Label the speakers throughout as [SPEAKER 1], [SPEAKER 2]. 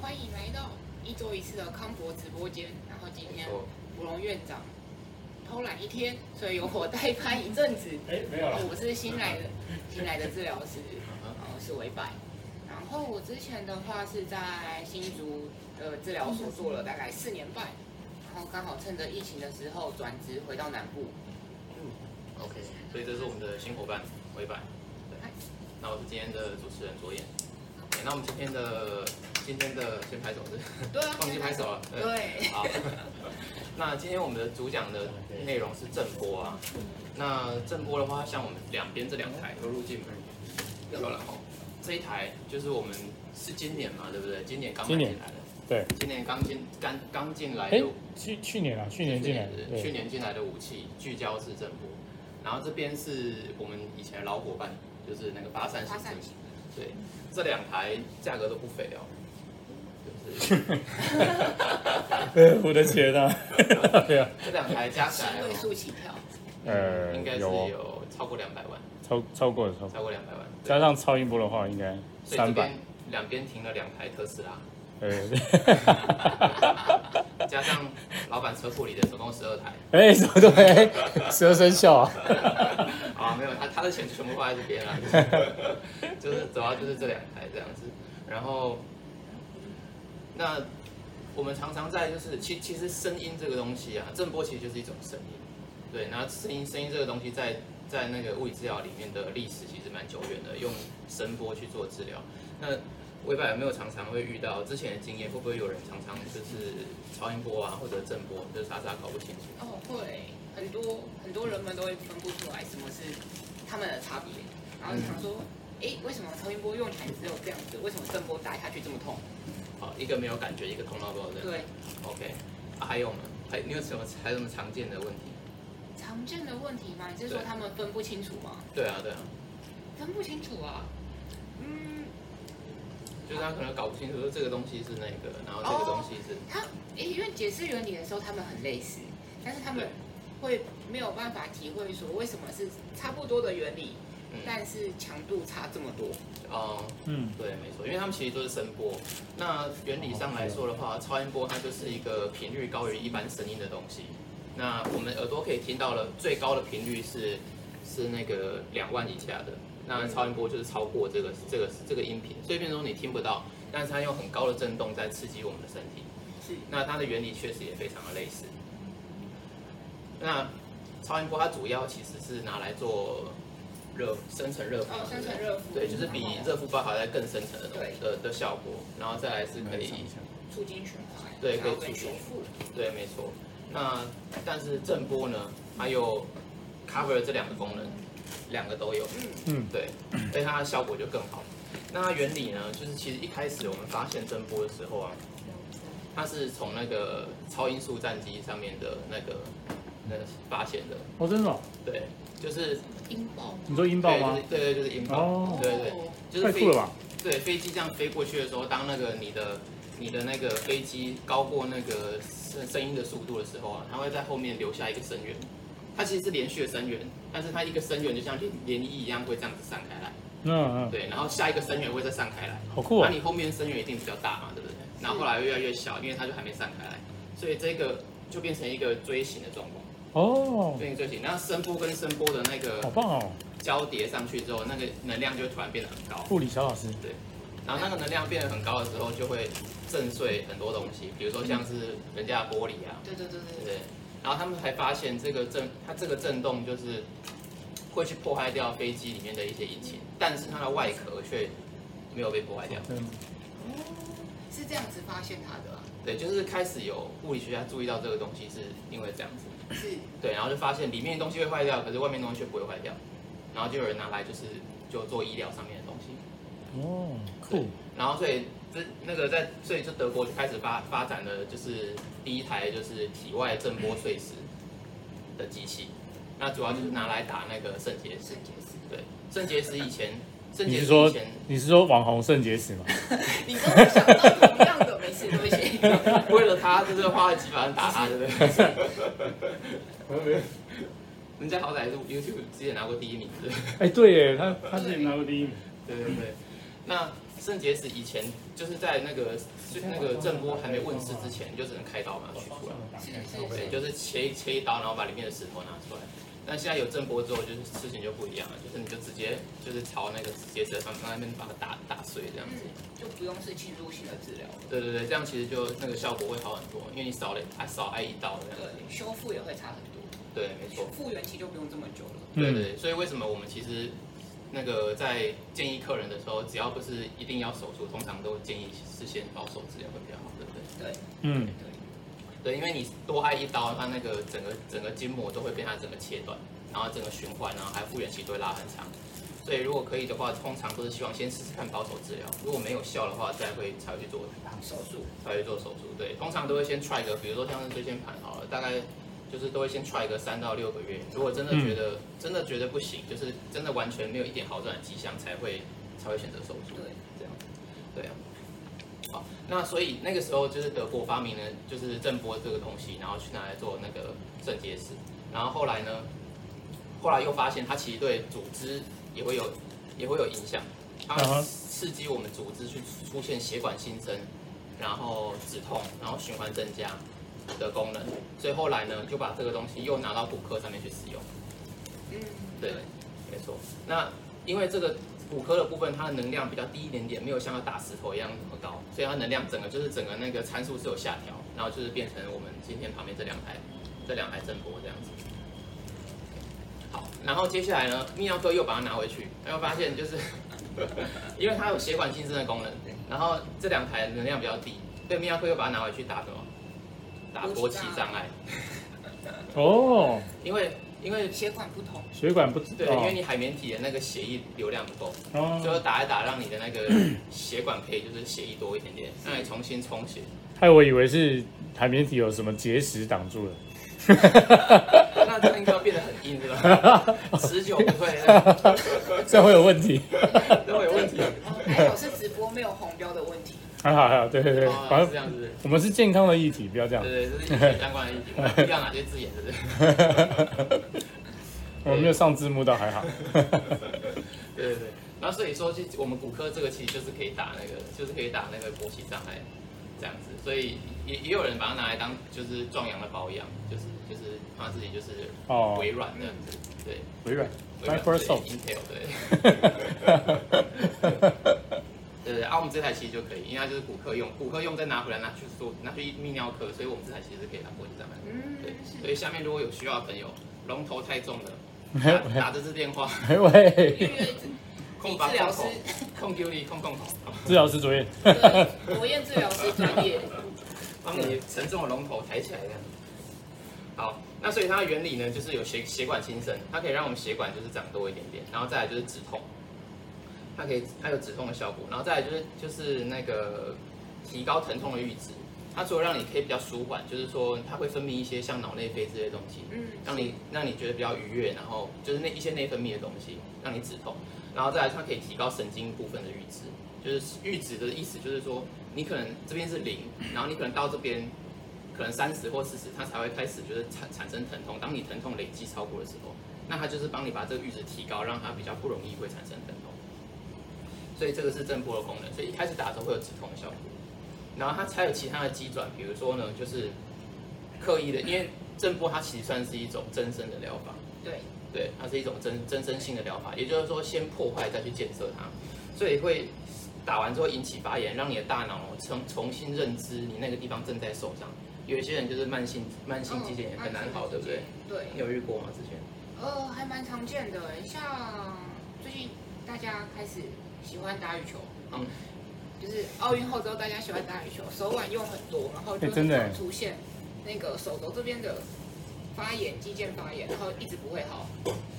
[SPEAKER 1] 欢迎来到一周一次的康博直播间。然后今天
[SPEAKER 2] 错
[SPEAKER 1] 古龙院长偷懒一天，所以由我代拍一阵 子。哦
[SPEAKER 3] 哎，没有了。
[SPEAKER 1] 我是新来的，新来的治疗师，然后是维拜。然后我之前的话是在新竹的治疗所做了大概四年半，然后刚好趁着疫情的时候转职回到南部。
[SPEAKER 2] OK，所以这是我们的新伙伴微版。对
[SPEAKER 1] 嗨，
[SPEAKER 2] 那我是今天的主持人左眼。对那我们今天的今天的先拍手是不是，
[SPEAKER 1] 对啊
[SPEAKER 2] 忘记拍手哎了。对
[SPEAKER 1] 对，
[SPEAKER 2] 好， 那今天我们的主讲的内容是正波啊。那正波的话，像我们两边这两台都入境门，有了吼。这一台就是我们是今年嘛，对不对？今年刚买
[SPEAKER 3] 今年
[SPEAKER 2] 进来的，
[SPEAKER 3] 对，
[SPEAKER 2] 今年刚进刚刚进来
[SPEAKER 3] 哎
[SPEAKER 2] 的，
[SPEAKER 3] 去去年啊，去年进来，
[SPEAKER 2] 对去
[SPEAKER 3] 对，
[SPEAKER 2] 年进来的武器聚焦式震波，然后这边是我们以前的老伙伴，就是那个八三型
[SPEAKER 1] 花
[SPEAKER 2] 震
[SPEAKER 1] 散
[SPEAKER 2] 波
[SPEAKER 1] 型，
[SPEAKER 2] 对，这两台价格都不菲哦，就是
[SPEAKER 3] 呃， 我的钱啊，对啊，
[SPEAKER 2] 这两台加起来、
[SPEAKER 1] 七位
[SPEAKER 2] 哦，
[SPEAKER 1] 数起跳，
[SPEAKER 3] 呃
[SPEAKER 2] 应该是
[SPEAKER 3] 有哦
[SPEAKER 2] 有超过两百万，
[SPEAKER 3] 超超过了，超过了
[SPEAKER 2] 超过两百万，对
[SPEAKER 3] 加上超音波的话，应该
[SPEAKER 2] 所以这
[SPEAKER 3] 三百
[SPEAKER 2] 边，两边停了两台特斯拉，
[SPEAKER 3] 呃，
[SPEAKER 2] 加上老板车库里的总共十二台，
[SPEAKER 3] 哎，什么都没， 十二生肖啊，
[SPEAKER 2] 啊，没有，他他的钱全部花在这边了， 就是主要就是这两台这样子。然后，那我们常常在就是，其其实声音这个东西啊，震波其实就是一种声音，对。然后声音声音这个东西在在那个物理治疗里面的历史其实蛮久远的，用声波去做治疗。那微白有没有常常会遇到之前的经验？会不会有人常常就是超音波啊，或者震波，就是傻傻搞不清楚？
[SPEAKER 1] 哦，会很多很多人们都会分不出来什么是他们的差别，然后就想说，哎、为什么超音波用起来只有这样子？为什么震波打下去这么痛？
[SPEAKER 2] 好，一个没有感觉，一个痛到爆的。
[SPEAKER 1] 对，
[SPEAKER 2] OK，、啊、还有吗？还你有什么还有什么常见的问题？
[SPEAKER 1] 常见的问题嘛，你是说
[SPEAKER 2] 对
[SPEAKER 1] 他们分不清楚吗？
[SPEAKER 2] 对啊，对啊，
[SPEAKER 1] 分不清楚啊。嗯，
[SPEAKER 2] 就是他可能搞不清楚说这个东西是那个，然后这个东西是，
[SPEAKER 1] 他诶，因为解释原理的时候，他们很类似，但是他们
[SPEAKER 2] 对
[SPEAKER 1] 会没有办法体会说为什么是差不多的原理，
[SPEAKER 2] 嗯，
[SPEAKER 1] 但是强度差这么多。
[SPEAKER 2] 哦、
[SPEAKER 3] 嗯，
[SPEAKER 2] 对，没错，因为他们其实都是声波。那原理上来说的话，超音波它就是一个频率高于一般声音的东西。那我们耳朵可以听到了最高的频率是是那个两万以下的，那超音波就是超过这个这个这个音频，所以变成说你听不到，但是它用很高的震动在刺激我们的身体。
[SPEAKER 1] 是
[SPEAKER 2] 那它的原理确实也非常的类似。那超音波它主要其实是拿来做热深层热敷，
[SPEAKER 1] 哦，深层热敷，
[SPEAKER 2] 对，就是比热敷包还在更深层的东
[SPEAKER 1] 对
[SPEAKER 2] 的的效果，然后再来是可以，
[SPEAKER 1] 促进循环，
[SPEAKER 2] 对
[SPEAKER 1] 然后
[SPEAKER 2] 可以
[SPEAKER 1] 跟
[SPEAKER 2] 促进
[SPEAKER 1] 修复。
[SPEAKER 2] 对，没错。那但是震波呢，它有 cover 这两个功能，两个都有，
[SPEAKER 3] 嗯，
[SPEAKER 2] 对，所以它的效果就更好。那它原理呢，就是其实一开始我们发现震波的时候啊，它是从那个超音速战机上面的那个那个发现的，
[SPEAKER 3] 哦，真的哦，
[SPEAKER 2] 对，就是
[SPEAKER 1] 音爆，
[SPEAKER 3] 你说音
[SPEAKER 2] 音
[SPEAKER 3] 爆吗？
[SPEAKER 2] 对，就是对对，就是音爆，
[SPEAKER 3] 哦，
[SPEAKER 2] 对对，就是
[SPEAKER 3] 太
[SPEAKER 2] 飞
[SPEAKER 3] 酷了吧，
[SPEAKER 2] 对，飞机这样飞过去的时候，当那个你的你的那个飞机高过那个声声音的速度的时候啊，它会在后面留下一个声源，它其实是连续的声源，但是它一个声源就像涟涟漪一样会这样子散开来，
[SPEAKER 3] 嗯嗯，
[SPEAKER 2] 对，然后下一个声源会再散开来，
[SPEAKER 3] 好酷
[SPEAKER 2] 那
[SPEAKER 3] 啊，
[SPEAKER 2] 你后面声源一定比较大嘛，对不对？然后后来越来越小，因为它就还没散开来，所以这个就变成一个锥形的状况，
[SPEAKER 3] 哦，
[SPEAKER 2] 变成锥形。那声波跟声波的那
[SPEAKER 3] 好
[SPEAKER 2] 个
[SPEAKER 3] 棒哦，
[SPEAKER 2] 交叠上去之后，那个能量就会突然变得很高。
[SPEAKER 3] 物理小老师，
[SPEAKER 2] 然后那个能量变得很高的时候，就会震碎很多东西，比如说像是人家的玻璃啊，
[SPEAKER 1] 对对对
[SPEAKER 2] 对
[SPEAKER 1] 对
[SPEAKER 2] 不
[SPEAKER 1] 对，
[SPEAKER 2] 对？然后他们才发现这个震，它这个震动就是会去破坏掉飞机里面的一些引擎，但是它的外壳却没有被破坏掉。
[SPEAKER 3] 嗯，
[SPEAKER 1] 哦，是这样子发现它的啊，
[SPEAKER 2] 对，就是开始有物理学家注意到这个东西，是因为这样子。
[SPEAKER 1] 是
[SPEAKER 2] 对，然后就发现里面的东西会坏掉，可是外面的东西却不会坏掉，然后就有人拿来就是就做医疗上面的东西。
[SPEAKER 3] 哦，酷，
[SPEAKER 2] 然后所以这那个在所以就德国就开始发发展了，就是第一台就是体外震波碎石的机器，那主要就是拿来打那个肾结石。
[SPEAKER 1] 肾结石。
[SPEAKER 2] 对，肾结石以前，肾
[SPEAKER 3] 你
[SPEAKER 2] 结
[SPEAKER 3] 是
[SPEAKER 2] 石以
[SPEAKER 3] 说
[SPEAKER 2] 前，
[SPEAKER 3] 你是说网红肾结石 吗？
[SPEAKER 1] 你跟我想到同样 的，没事，对不起。
[SPEAKER 2] 为了他就是花了几百万打他，对不对？人家好歹是 YouTube 之前拿过第一名，对不对
[SPEAKER 3] 哎，对耶，他他之前拿过第一名，
[SPEAKER 2] 对对对。那肾结石以前就是在那个那个震波还没问世之前，你就只能开刀把它取出来。对，就是切一切一刀，然后把里面的石头拿出来。但现在有震波之后，就是事情就不一样了，就是你就直接就是朝那个结石的方向那边把它打打碎这样
[SPEAKER 1] 嗯
[SPEAKER 2] 子。，
[SPEAKER 1] 就不用是侵入性的治疗了，
[SPEAKER 2] 对对对，这样其实就那个效果会好很多，因为你少了还少挨一刀这样子。
[SPEAKER 1] 对，修复也会差很多，
[SPEAKER 2] 对，没错。
[SPEAKER 1] 复原期就不用这么久了。
[SPEAKER 2] 对对，所以为什么我们其实那个在建议客人的时候，只要不是一定要手术，通常都建议是先保守治疗会比较好，对不对？
[SPEAKER 1] 对
[SPEAKER 3] 嗯
[SPEAKER 1] 对，
[SPEAKER 2] 对，因为你多挨一刀，它那个整个整个筋膜都会被它整个切断，然后整个循环，然后还有复原期都会拉很长。所以如果可以的话，通常都是希望先试试看保守治疗，如果没有效的话，再会才会去做
[SPEAKER 1] 手术
[SPEAKER 2] 才会做手术。对，通常都会先 try 个，比如说像是椎间盘好了，大概就是都会先 try 个三到六个月。如果真的觉得、真的觉得不行，就是真的完全没有一点好转的迹象，才会才会选择手术。
[SPEAKER 1] 对，
[SPEAKER 2] 这样，对啊。好，那所以那个时候就是德国发明了就是震波这个东西，然后去拿来做那个肾结石，然后后来呢，后来又发现它其实对组织也会有也会有影响，它
[SPEAKER 3] 嗯哼
[SPEAKER 2] 刺激我们组织去出现血管新增，然后止痛，然后循环增加的功能，所以后来呢就把这个东西又拿到骨科上面去使用。
[SPEAKER 1] 嗯，
[SPEAKER 2] 对，没错。那因为这个骨科的部分，它的能量比较低一点点，没有像要打石头一样那么高，所以它能量整个就是整个那个参数是有下调，然后就是变成我们今天旁边这两台这两台震波这样子。好，然后接下来呢，泌尿科又把它拿回去，然后发现就是 因为它有血管新生的功能，然后这两台能量比较低，所以泌尿科又把它拿回去打什么？打勃
[SPEAKER 1] 勃
[SPEAKER 2] 起
[SPEAKER 1] 起障碍
[SPEAKER 2] 障碍，
[SPEAKER 3] 哦，
[SPEAKER 2] 因为因为
[SPEAKER 1] 血管不同，
[SPEAKER 3] 血管不
[SPEAKER 2] 对，因为你海绵体的那个血液流量不够，就是
[SPEAKER 3] 哦，
[SPEAKER 2] 打一打，让你的那 个血管可以就是血液多一点点，让你重新充血。
[SPEAKER 3] 害我以为是海绵体有什么结石挡住了。
[SPEAKER 2] 那这应该变得很硬，是吧？持久不退，
[SPEAKER 3] 这样会有问题。
[SPEAKER 2] 都会有问题。
[SPEAKER 1] 哦还好是直播没有红标的问题。
[SPEAKER 3] 还好还好，对对对，
[SPEAKER 2] 哦
[SPEAKER 3] 反
[SPEAKER 2] 是这
[SPEAKER 3] 正
[SPEAKER 2] 样子，
[SPEAKER 3] 我们是健康的议题，不要这样
[SPEAKER 2] 对。对，这是医学相关的议题，我们不要啊哪些字眼，是不是？
[SPEAKER 3] 我们没有上字幕倒还好。
[SPEAKER 2] 对对对。然后所以说，就我们骨科这个其实就是可以打那个，就是可以打那个勃起障碍这样子，所以也也有人把它拿来当就是壮阳的保养，就是就是让自己就是
[SPEAKER 3] 哦
[SPEAKER 2] 微软这样子，对。
[SPEAKER 3] 微软
[SPEAKER 2] 微软对
[SPEAKER 3] ，Microsoft。
[SPEAKER 2] Intel 对，对对，啊，我们这台其实就可以，因为它就是骨科用，骨科用再拿回来拿去做，拿去泌尿科，所以我们这台其实可以拿过去上来。
[SPEAKER 1] 嗯，
[SPEAKER 2] 对，所
[SPEAKER 1] 是
[SPEAKER 2] 以下面如果有需要的朋友，龙头太重了，打打这支电话，
[SPEAKER 3] 哎喂，
[SPEAKER 1] 因 为
[SPEAKER 2] 控吧
[SPEAKER 1] 治疗
[SPEAKER 2] 控
[SPEAKER 1] 师
[SPEAKER 2] 控，控丢你控控控，
[SPEAKER 3] 治疗师作业。
[SPEAKER 1] 对国宴治疗师专业，
[SPEAKER 2] 帮你沉重的龙头抬起来这样。好，那所以它的原理呢，就是有血血管新生，它可以让我们血管就是长多一点点，然后再来就是止痛，它可以它有止痛的效果，然后再来就是就是那个提高疼痛的阈值，它除了让你可以比较舒缓，就是说它会分泌一些像脑内啡之类的东西，
[SPEAKER 1] 嗯，
[SPEAKER 2] 让你让你觉得比较愉悦，然后就是那一些内分泌的东西让你止痛，然后再来它可以提高神经部分的阈值，就是阈值的意思就是说你可能这边是零，然后你可能到这边可能三十或四十，它才会开始就是产产生疼痛。当你疼痛累积超过的时候，那它就是帮你把这个阈值提高，让它比较不容易会产生疼痛。所以这个是震波的功能，所以一开始打的时候会有止痛的效果，然后它才有其他的机转，比如说呢就是刻意的，因为震波它其实算是一种增生的疗法，
[SPEAKER 1] 对，
[SPEAKER 2] 对，它是一种增增生性的疗法，也就是说先破坏再去建设它，所以会打完之后引起发炎，让你的大脑重重新认知你那个地方正在受伤。有一些人就是慢性慢性肌腱炎很难
[SPEAKER 1] 哦
[SPEAKER 2] 好，对不对？？
[SPEAKER 1] 对，
[SPEAKER 2] 你有遇过吗？之前？
[SPEAKER 1] 呃，还蛮常见的，欸像最近大家开始喜欢打羽球，
[SPEAKER 2] 嗯，
[SPEAKER 1] 就是奥运后之后大家喜欢打羽球，手腕用很多，然后就
[SPEAKER 3] 哎真
[SPEAKER 1] 很
[SPEAKER 3] 的哎
[SPEAKER 1] 常出现那个手肘这边的发炎、肌腱发炎，然后一直不会好。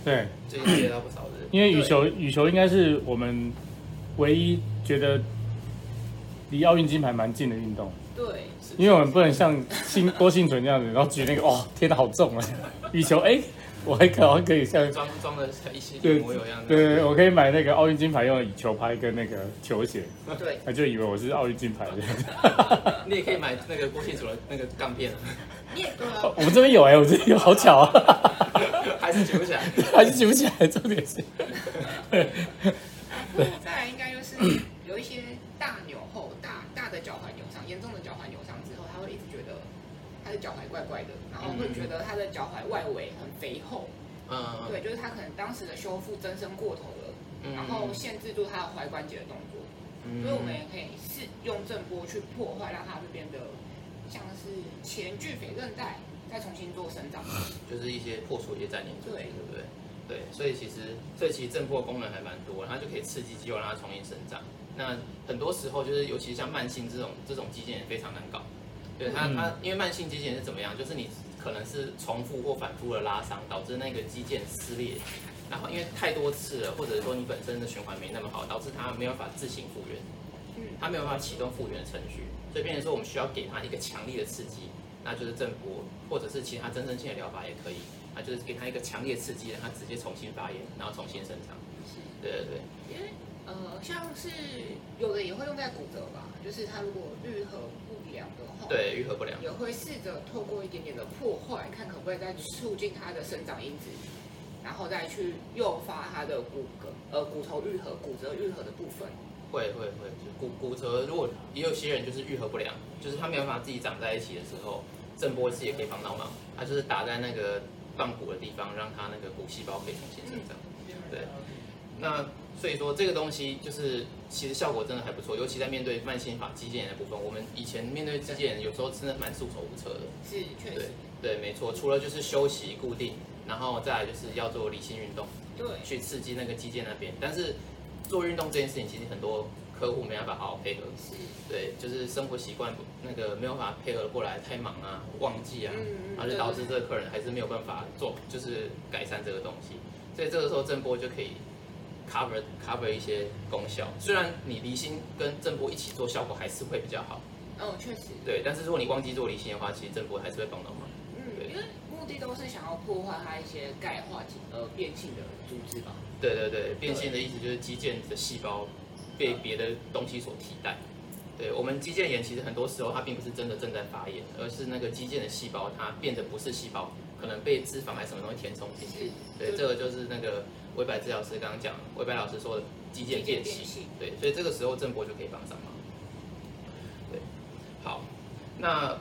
[SPEAKER 3] 对，
[SPEAKER 2] 最近接到不少人。
[SPEAKER 3] 因为羽球羽球应该是我们唯一觉得离奥运金牌蛮近的运动，
[SPEAKER 1] 对，
[SPEAKER 2] 是
[SPEAKER 3] 因为我们不能像新郭幸存这样子，然后举那个哇，天哪，好重啊！ 羽球哎、我还可好像可以像
[SPEAKER 2] 装装的一些一
[SPEAKER 3] 对
[SPEAKER 2] 模有样的。
[SPEAKER 3] 对，我可以买那个奥运金牌用的球拍跟那个球鞋，
[SPEAKER 1] 对，
[SPEAKER 3] 他就以为我是奥运金牌的。
[SPEAKER 2] 你也可以买那个郭庆主的那个杠片啊，
[SPEAKER 1] 你也对啊，
[SPEAKER 3] 我们这边有哎、我这边有，好巧啊，
[SPEAKER 2] 还是举不起来。
[SPEAKER 3] 还是举不起来，重点是，
[SPEAKER 1] 然后再来应该就是 一些大扭后大大的脚踝扭伤，严重的脚踝扭伤之后，他会一直觉得他的脚踝怪怪的，然后
[SPEAKER 3] 嗯
[SPEAKER 1] 会觉得他的脚踝外围很肥厚，
[SPEAKER 2] 嗯，
[SPEAKER 1] 对，就是他可能当时的修复增生过头了，
[SPEAKER 2] 嗯
[SPEAKER 1] 然后限制住他的踝关节的动作。所以我们也可以是用震波去破坏，让它会变得像是前距腓韧带，再重新做生 长。
[SPEAKER 2] 就是一些破除一些粘连作
[SPEAKER 1] 对
[SPEAKER 2] 用，对不对？对，所以其实所以其实震破功能还蛮多，它就可以刺激肌肉让它重新生长。那很多时候就是，尤其像慢性这种这种肌腱也非常难搞。对它
[SPEAKER 3] 嗯
[SPEAKER 2] 它，因为慢性肌腱是怎么样？就是你可能是重复或反复的拉伤，导致那个肌腱撕裂，然后因为太多次了，或者说你本身的循环没那么好，导致它没有办法自行复原。
[SPEAKER 1] 嗯，
[SPEAKER 2] 它没有办法启动复原的程序，所以变成说我们需要给它一个强力的刺激，那就是震波，或者是其他增生性的疗法也可以，那就是给它一个强烈刺激，让它直接重新发炎，然后重新生长。
[SPEAKER 1] 是，
[SPEAKER 2] 对对对，
[SPEAKER 1] 因为呃，像是有的也会用在骨折吧，就是它如果愈合不良的话，，
[SPEAKER 2] 对愈合不良，
[SPEAKER 1] 也会试着透过一点点的破坏，看可不可以再促进它的生长因子，然后再去诱发它的骨骼呃骨头愈合、骨折愈合的部分。
[SPEAKER 2] 会会会，就骨骨折，如果也有些人就是愈合不良，就是它没有办法自己长在一起的时候，震波是也可以帮到忙，它就是打在那个断骨的地方，让它那个骨细胞可以重新生长。对，
[SPEAKER 1] 嗯
[SPEAKER 2] 那所以说这个东西就是其实效果真的还不错，尤其在面对慢性法肌腱炎的部分，我们以前面对肌腱炎有时候真的蛮束手无策的。
[SPEAKER 1] 是，确
[SPEAKER 2] 对
[SPEAKER 1] 实，
[SPEAKER 2] 对，没错，除了就是休息固定，然后再来就是要做理性运动，
[SPEAKER 1] 对，
[SPEAKER 2] 去刺激那个肌腱那边。但是做运动这件事情，其实很多客户没办法好好配合，
[SPEAKER 1] 是，
[SPEAKER 2] 对，就是生活习惯不那个没有办法配合过来，太忙啊，忘记啊，
[SPEAKER 1] 嗯
[SPEAKER 2] 然后就导致这个客人还是没有办法做，就是改善这个东西。所以这个时候震波就可以 cover cover 一些功效，虽然你离心跟震波一起做，效果还是会比较好，
[SPEAKER 1] 嗯，确实。
[SPEAKER 2] 对。但是如果你忘记做离心的话，其实震波还是会帮到忙。
[SPEAKER 1] 嗯，因为目的都是想要破坏它一些钙化及呃变性的组织吧。
[SPEAKER 2] 对对对，变性的意思就是肌腱的细胞被别的东西所替代。对我们肌腱炎，其实很多时候它并不是真的正在发炎，而是那个肌腱的细胞它变得不是细胞，可能被脂肪还是什么东西填充进去。对，这个就是那个维柏治疗师刚刚讲，维柏老师说的肌
[SPEAKER 1] 肌
[SPEAKER 2] 腱
[SPEAKER 1] 腱
[SPEAKER 2] 变
[SPEAKER 1] 变
[SPEAKER 2] 形
[SPEAKER 1] 形。
[SPEAKER 2] 对，所以这个时候震波就可以帮上忙。对，好，那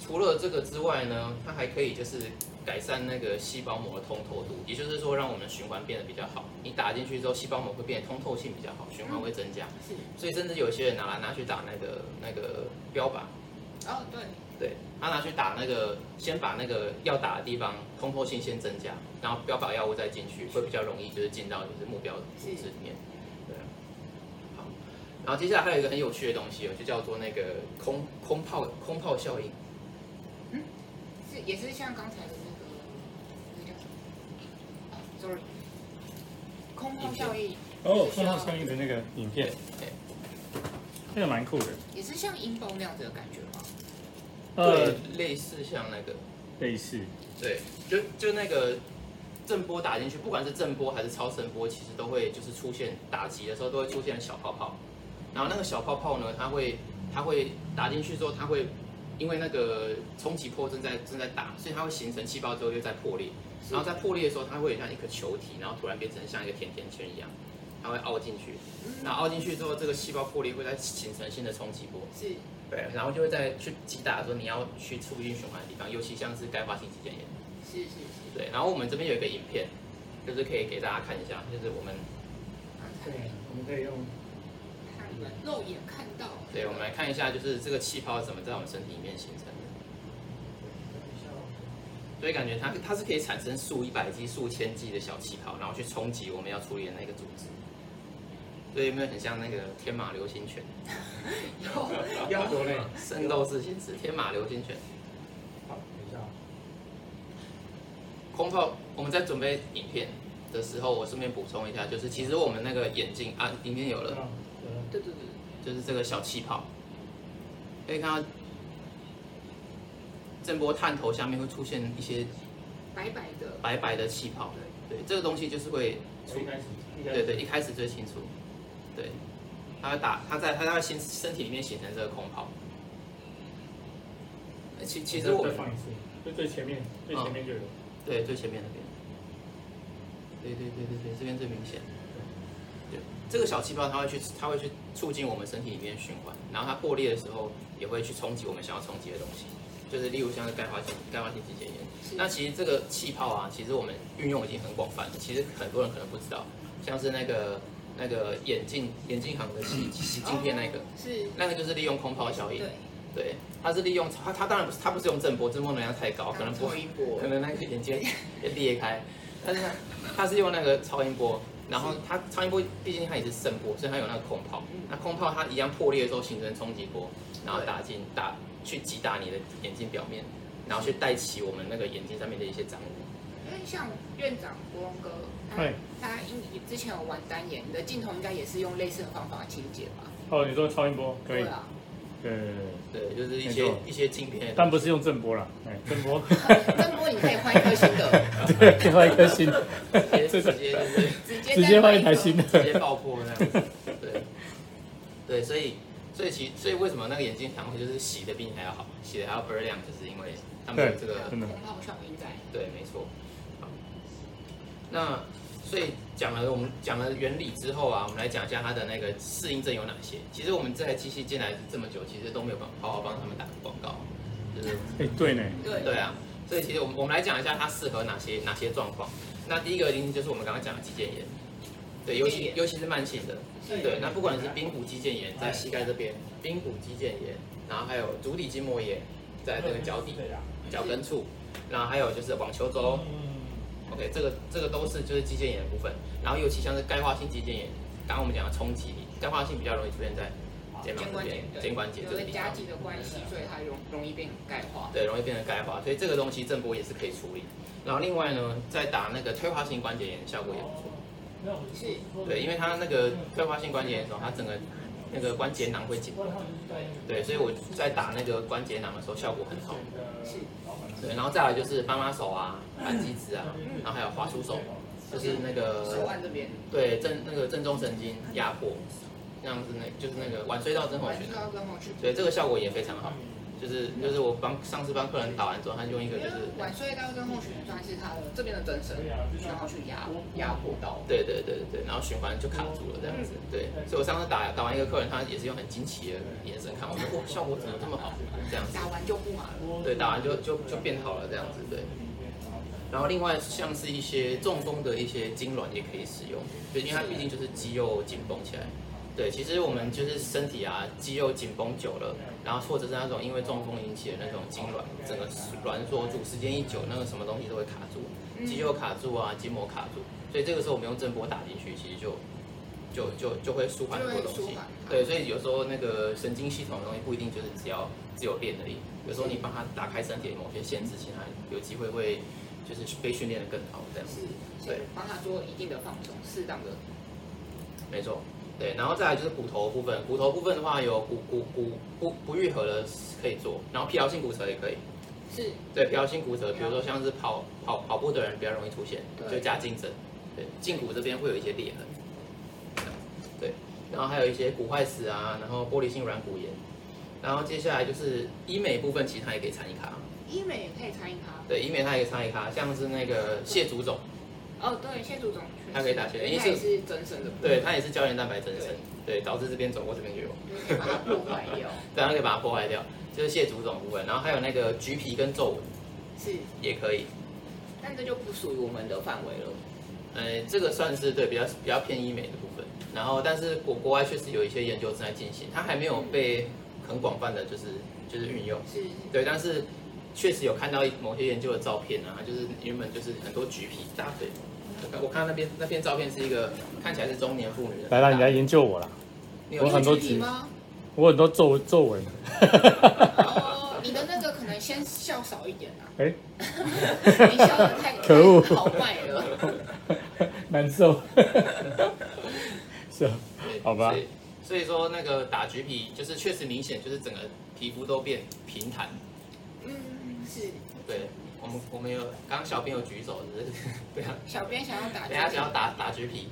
[SPEAKER 2] 除了这个之外呢，它还可以就是改善那个细胞膜的通透度，也就是说让我们的循环变得比较好。你打进去之后，细胞膜会变得通透性比较好，循环会增加。
[SPEAKER 1] 是，
[SPEAKER 2] 所以甚至有些人拿拿去打那个那个标靶，
[SPEAKER 1] 哦对，
[SPEAKER 2] 对他拿去打那个，先把那个要打的地方通透性先增加，然后标靶药物再进去，会比较容易就是进到就是目标的组织里面。对啊，好，然后接下来还有一个很有趣的东西哦，就叫做那个空空泡空泡效应。
[SPEAKER 1] 是也是像刚才的那个那叫什么、哦、？Sorry，空泡效应
[SPEAKER 3] 哦，看到相应的那个影片，
[SPEAKER 2] 对
[SPEAKER 3] 那个蛮酷的。
[SPEAKER 1] 也是像阴包那样子的感觉吗？
[SPEAKER 3] 呃，
[SPEAKER 2] 对，类似像那个，
[SPEAKER 3] 类似，
[SPEAKER 2] 对，就就那个震波打进去，不管是震波还是超声波，其实都会就是出现打击的时候都会出现小泡泡，然后那个小泡泡呢，它会它会打进去之后，它会因为那个冲击波正在正在打，所以它会形成细胞之后又在破裂，然后在破裂的时候，它会有像一颗球体，然后突然变成像一个甜甜圈一样，它会凹进去，
[SPEAKER 1] 嗯
[SPEAKER 2] 那凹进去之后，这个细胞破裂会再形成新的冲击波。
[SPEAKER 1] 是，
[SPEAKER 2] 对，然后就会在去击打的时候，你要去促进循环的地方，尤其像是钙化性肌腱炎。
[SPEAKER 1] 是是是，
[SPEAKER 2] 对，然后我们这边有一个影片，就是可以给大家看一下，就是我们
[SPEAKER 1] 刚才
[SPEAKER 2] 对，啊我们可以用，
[SPEAKER 1] 看你们肉眼看到。
[SPEAKER 2] 对，我们来看一下，就是这个气泡是怎么在我们身体里面形成的。所以感觉它它是可以产生数一百剂、数千剂的小气泡，然后去冲击我们要处理的那个组织。所以有没有很像那个天马流星拳？
[SPEAKER 1] 有，
[SPEAKER 4] 要多累？
[SPEAKER 2] 圣斗士星矢、天马流星拳。
[SPEAKER 4] 好，等一下啊，
[SPEAKER 2] 空泡，我们在准备影片的时候，我顺便补充一下，就是其实我们那个眼镜啊，里面有
[SPEAKER 4] 有
[SPEAKER 2] 了，
[SPEAKER 4] 了，有了，
[SPEAKER 1] 对对对，
[SPEAKER 2] 就是这个小气泡，可以看到震波探头下面会出现一些
[SPEAKER 1] 白白的，
[SPEAKER 2] 白白的气泡，对，这个东西就是会出
[SPEAKER 4] 我一开始，一开
[SPEAKER 2] 对
[SPEAKER 4] 始，
[SPEAKER 2] 对，一开始最清楚。对，它会打，它在它在身身体里面形成这个空泡。呃其其实我
[SPEAKER 4] 再放一次，
[SPEAKER 3] 就最前面，最前面就有。
[SPEAKER 2] 对，最前面那边。对对对对对，这边最明显。对，这个小气泡它会去，它会去促进我们身体里面循环，然后它破裂的时候也会去冲击我们想要冲击的东西，就是例如像是钙化性钙化性肌腱炎。
[SPEAKER 1] 是
[SPEAKER 2] 那其实这个气泡啊，其实我们运用已经很广泛了，其实很多人可能不知道，像是那个那个眼镜眼镜行的洗洗镜片那个，
[SPEAKER 1] 是，
[SPEAKER 2] 那个就是利用空泡效应。
[SPEAKER 1] 哦对，
[SPEAKER 2] 对，它是利用它它当然不是它不是用震波，震波能量太高，哦可能不
[SPEAKER 1] 超音波
[SPEAKER 2] 可能那个眼睛也裂开，但是它它是用那个超音波，然后它超音波毕竟它也是声波，所以它有那个空泡，
[SPEAKER 3] 嗯
[SPEAKER 2] 那空泡它一样破裂的时候形成冲击波，然后打进打去击打你的眼睛表面，然后去带起我们那个眼睛上面的一些脏污。
[SPEAKER 1] 因为像院长国荣哥，他
[SPEAKER 3] 对
[SPEAKER 1] 他应之前有玩单眼，你的镜头应该也是用类似的方法清洁吧？
[SPEAKER 3] 哦，你说超音波可以，
[SPEAKER 1] 啊，
[SPEAKER 3] 对对对对，
[SPEAKER 2] 对，就是一
[SPEAKER 3] 没
[SPEAKER 2] 些
[SPEAKER 3] 错
[SPEAKER 2] 一些镜片的东西，
[SPEAKER 3] 但不是用震波啦，哎，震波，
[SPEAKER 1] 真波你可以换一颗新的，
[SPEAKER 3] 对，另外一颗新，
[SPEAKER 2] 直接
[SPEAKER 3] 这个
[SPEAKER 2] 直接就是。
[SPEAKER 1] 直接
[SPEAKER 3] 直接换一台新的，
[SPEAKER 2] 直接爆破那样子。对，对，所以所以其所以为什么那个眼镜糖会就是洗的比你还要好，洗的还要倍儿亮，就是因为他们有
[SPEAKER 3] 对
[SPEAKER 2] 这个
[SPEAKER 3] 真的
[SPEAKER 1] 红泡效应在。
[SPEAKER 2] 对，没错。好那所以讲了我们讲了原理之后啊，我们来讲一下它的那个适应症有哪些。其实我们这台机器进来这么久，其实都没有帮好好帮他们打广告，就是
[SPEAKER 3] 哎，对呢，
[SPEAKER 1] 对
[SPEAKER 2] 对啊，所以其实我们我们来讲一下它适合哪些哪些状况。那第一个一定就是我们刚刚讲的肌腱炎，对，尤
[SPEAKER 1] 肌腱
[SPEAKER 2] 其
[SPEAKER 1] 炎
[SPEAKER 2] 尤其是慢性的，对。那不管是髌骨肌腱炎在膝盖这边，髌骨肌腱炎，然后还有足底筋膜炎在这个脚底
[SPEAKER 4] 对呀，啊
[SPEAKER 2] 脚跟处，然后还有就是网球肘，OK，这
[SPEAKER 4] 嗯
[SPEAKER 2] 个这个都是就是肌腱炎的部分。然后尤其像是钙化性肌腱炎，刚刚我们讲的冲击力，钙化性比较容易出现在肩
[SPEAKER 1] 哦肩
[SPEAKER 2] 膀这
[SPEAKER 1] 关
[SPEAKER 2] 边
[SPEAKER 1] 节，，对
[SPEAKER 2] 肩关节这
[SPEAKER 1] 因
[SPEAKER 2] 个
[SPEAKER 1] 为
[SPEAKER 2] 地
[SPEAKER 1] 加
[SPEAKER 2] 方。啊
[SPEAKER 1] 急的关系，所以它容容易变钙化。
[SPEAKER 2] 对，容易变成钙化，所以这个东西震波也是可以处理。然后另外呢，再打那个退化性关节炎，效果也不错。
[SPEAKER 1] 是，
[SPEAKER 2] 对，因为它那个退化性关节炎的时候，它整个那个关节囊会紧绷。对，所以我在打那个关节囊的时候效果很好。
[SPEAKER 1] 是
[SPEAKER 2] 对，然后再来就是妈妈手啊、扳机指啊，然后还有滑出手，就是那
[SPEAKER 1] 手
[SPEAKER 2] 个
[SPEAKER 1] 腕这边，
[SPEAKER 2] 对正那个正中神经压迫，这样子那就是那个腕隧道症候
[SPEAKER 1] 我
[SPEAKER 2] 群
[SPEAKER 1] 知
[SPEAKER 2] 啊。
[SPEAKER 1] 道跟后去。
[SPEAKER 2] 对，这个效果也非常好。就是就是我帮上次帮客人打完之后，他用一
[SPEAKER 1] 因
[SPEAKER 2] 个
[SPEAKER 1] 为
[SPEAKER 2] 就是
[SPEAKER 1] 晚睡到跟后旋算是它的这边的增生，然后去压压迫到。
[SPEAKER 2] 对对对对对，然后循环就卡住了这样子。对，所以我上次打打完一个客人，他也是用很惊奇的眼神看我，说哇，效果怎么这么好？这样子，
[SPEAKER 1] 打完就不麻了，
[SPEAKER 2] 对，打完就就就变好了这样子，对。然后另外像是一些中风的一些痉挛也可以使用，就因为它毕竟就是肌肉紧绷起来。对，其实我们就是身体啊，肌肉紧绷久了，然后或者是那种因为中风引起的那种痉挛，整个挛缩住，时间一久，那个什么东西都会卡住，肌肉卡住啊，筋膜卡住，所以这个时候我们用震波打进去，其实就就就就会舒缓很多东
[SPEAKER 1] 就会
[SPEAKER 2] 西
[SPEAKER 1] 舒缓。
[SPEAKER 2] 对，所以有时候那个神经系统的东西不一定就是只要只有练而已，有时候你帮他打开身体的某些限制，其实它有机会会就是被训练的更好这样子。
[SPEAKER 1] 是，所以帮他做一定的放松，适当的。
[SPEAKER 2] 没错，对，然后再来就是骨头的部分，骨头部分的话有骨骨骨不不愈合的可以做，然后疲劳性骨折也可以。
[SPEAKER 1] 是，
[SPEAKER 2] 对，疲劳性骨折，比如说像是跑跑跑步的人比较容易出现，
[SPEAKER 1] 对
[SPEAKER 2] 就夹胫症，对，胫骨这边会有一些裂痕，这样对，然后还有一些骨坏死啊，然后玻璃性软骨炎，然后接下来就是医美部分，其实它也可以参一咖，
[SPEAKER 1] 医美也可以参与它。
[SPEAKER 2] 对，医美它也可以参一咖，像是那个蟹足肿，
[SPEAKER 1] 哦，对，谢祖总，
[SPEAKER 2] 它可以打血
[SPEAKER 1] 因为它也是增生的部
[SPEAKER 2] 对，它也是胶原蛋白增生，对，导致这边肿过这边就有，
[SPEAKER 1] 分，就是把它破坏 掉。
[SPEAKER 2] 对，它可以把它破坏掉，就是蟹足肿部分，然后还有那个橘皮跟皱纹
[SPEAKER 1] 是，
[SPEAKER 2] 也可以，
[SPEAKER 1] 但这就不属于我们的范围了。
[SPEAKER 2] 呃，这个算是对比较比较偏医美的部分。然后，但是国国外确实有一些研究正在进行，它还没有被很广泛的就是就是运用。
[SPEAKER 1] 是，
[SPEAKER 2] 对，但是确实有看到某些研究的照片啊，就是原本就是很多橘皮大腿。我看那边那片照片是一个看起来是中年妇女的。
[SPEAKER 3] 来啦，你来，研究我啦，
[SPEAKER 2] 你
[SPEAKER 3] 我
[SPEAKER 2] 有
[SPEAKER 3] 很多
[SPEAKER 1] 你有距离吗？
[SPEAKER 3] 我很多皱皱纹，
[SPEAKER 1] 哦，你的那个可能先笑少一点啊。
[SPEAKER 3] 哎，
[SPEAKER 1] 你笑的太
[SPEAKER 3] 可恶
[SPEAKER 1] 太豪迈了。
[SPEAKER 3] 难受，是啊，好吧
[SPEAKER 2] 所以所以说那个打橘皮就是确实明显就是整个皮肤都变平坦。
[SPEAKER 1] 嗯，是。
[SPEAKER 2] 对，我们我们有刚刚小编有举手，只是 对啊。
[SPEAKER 1] 小编想要打
[SPEAKER 2] 等一下想要打打橘皮，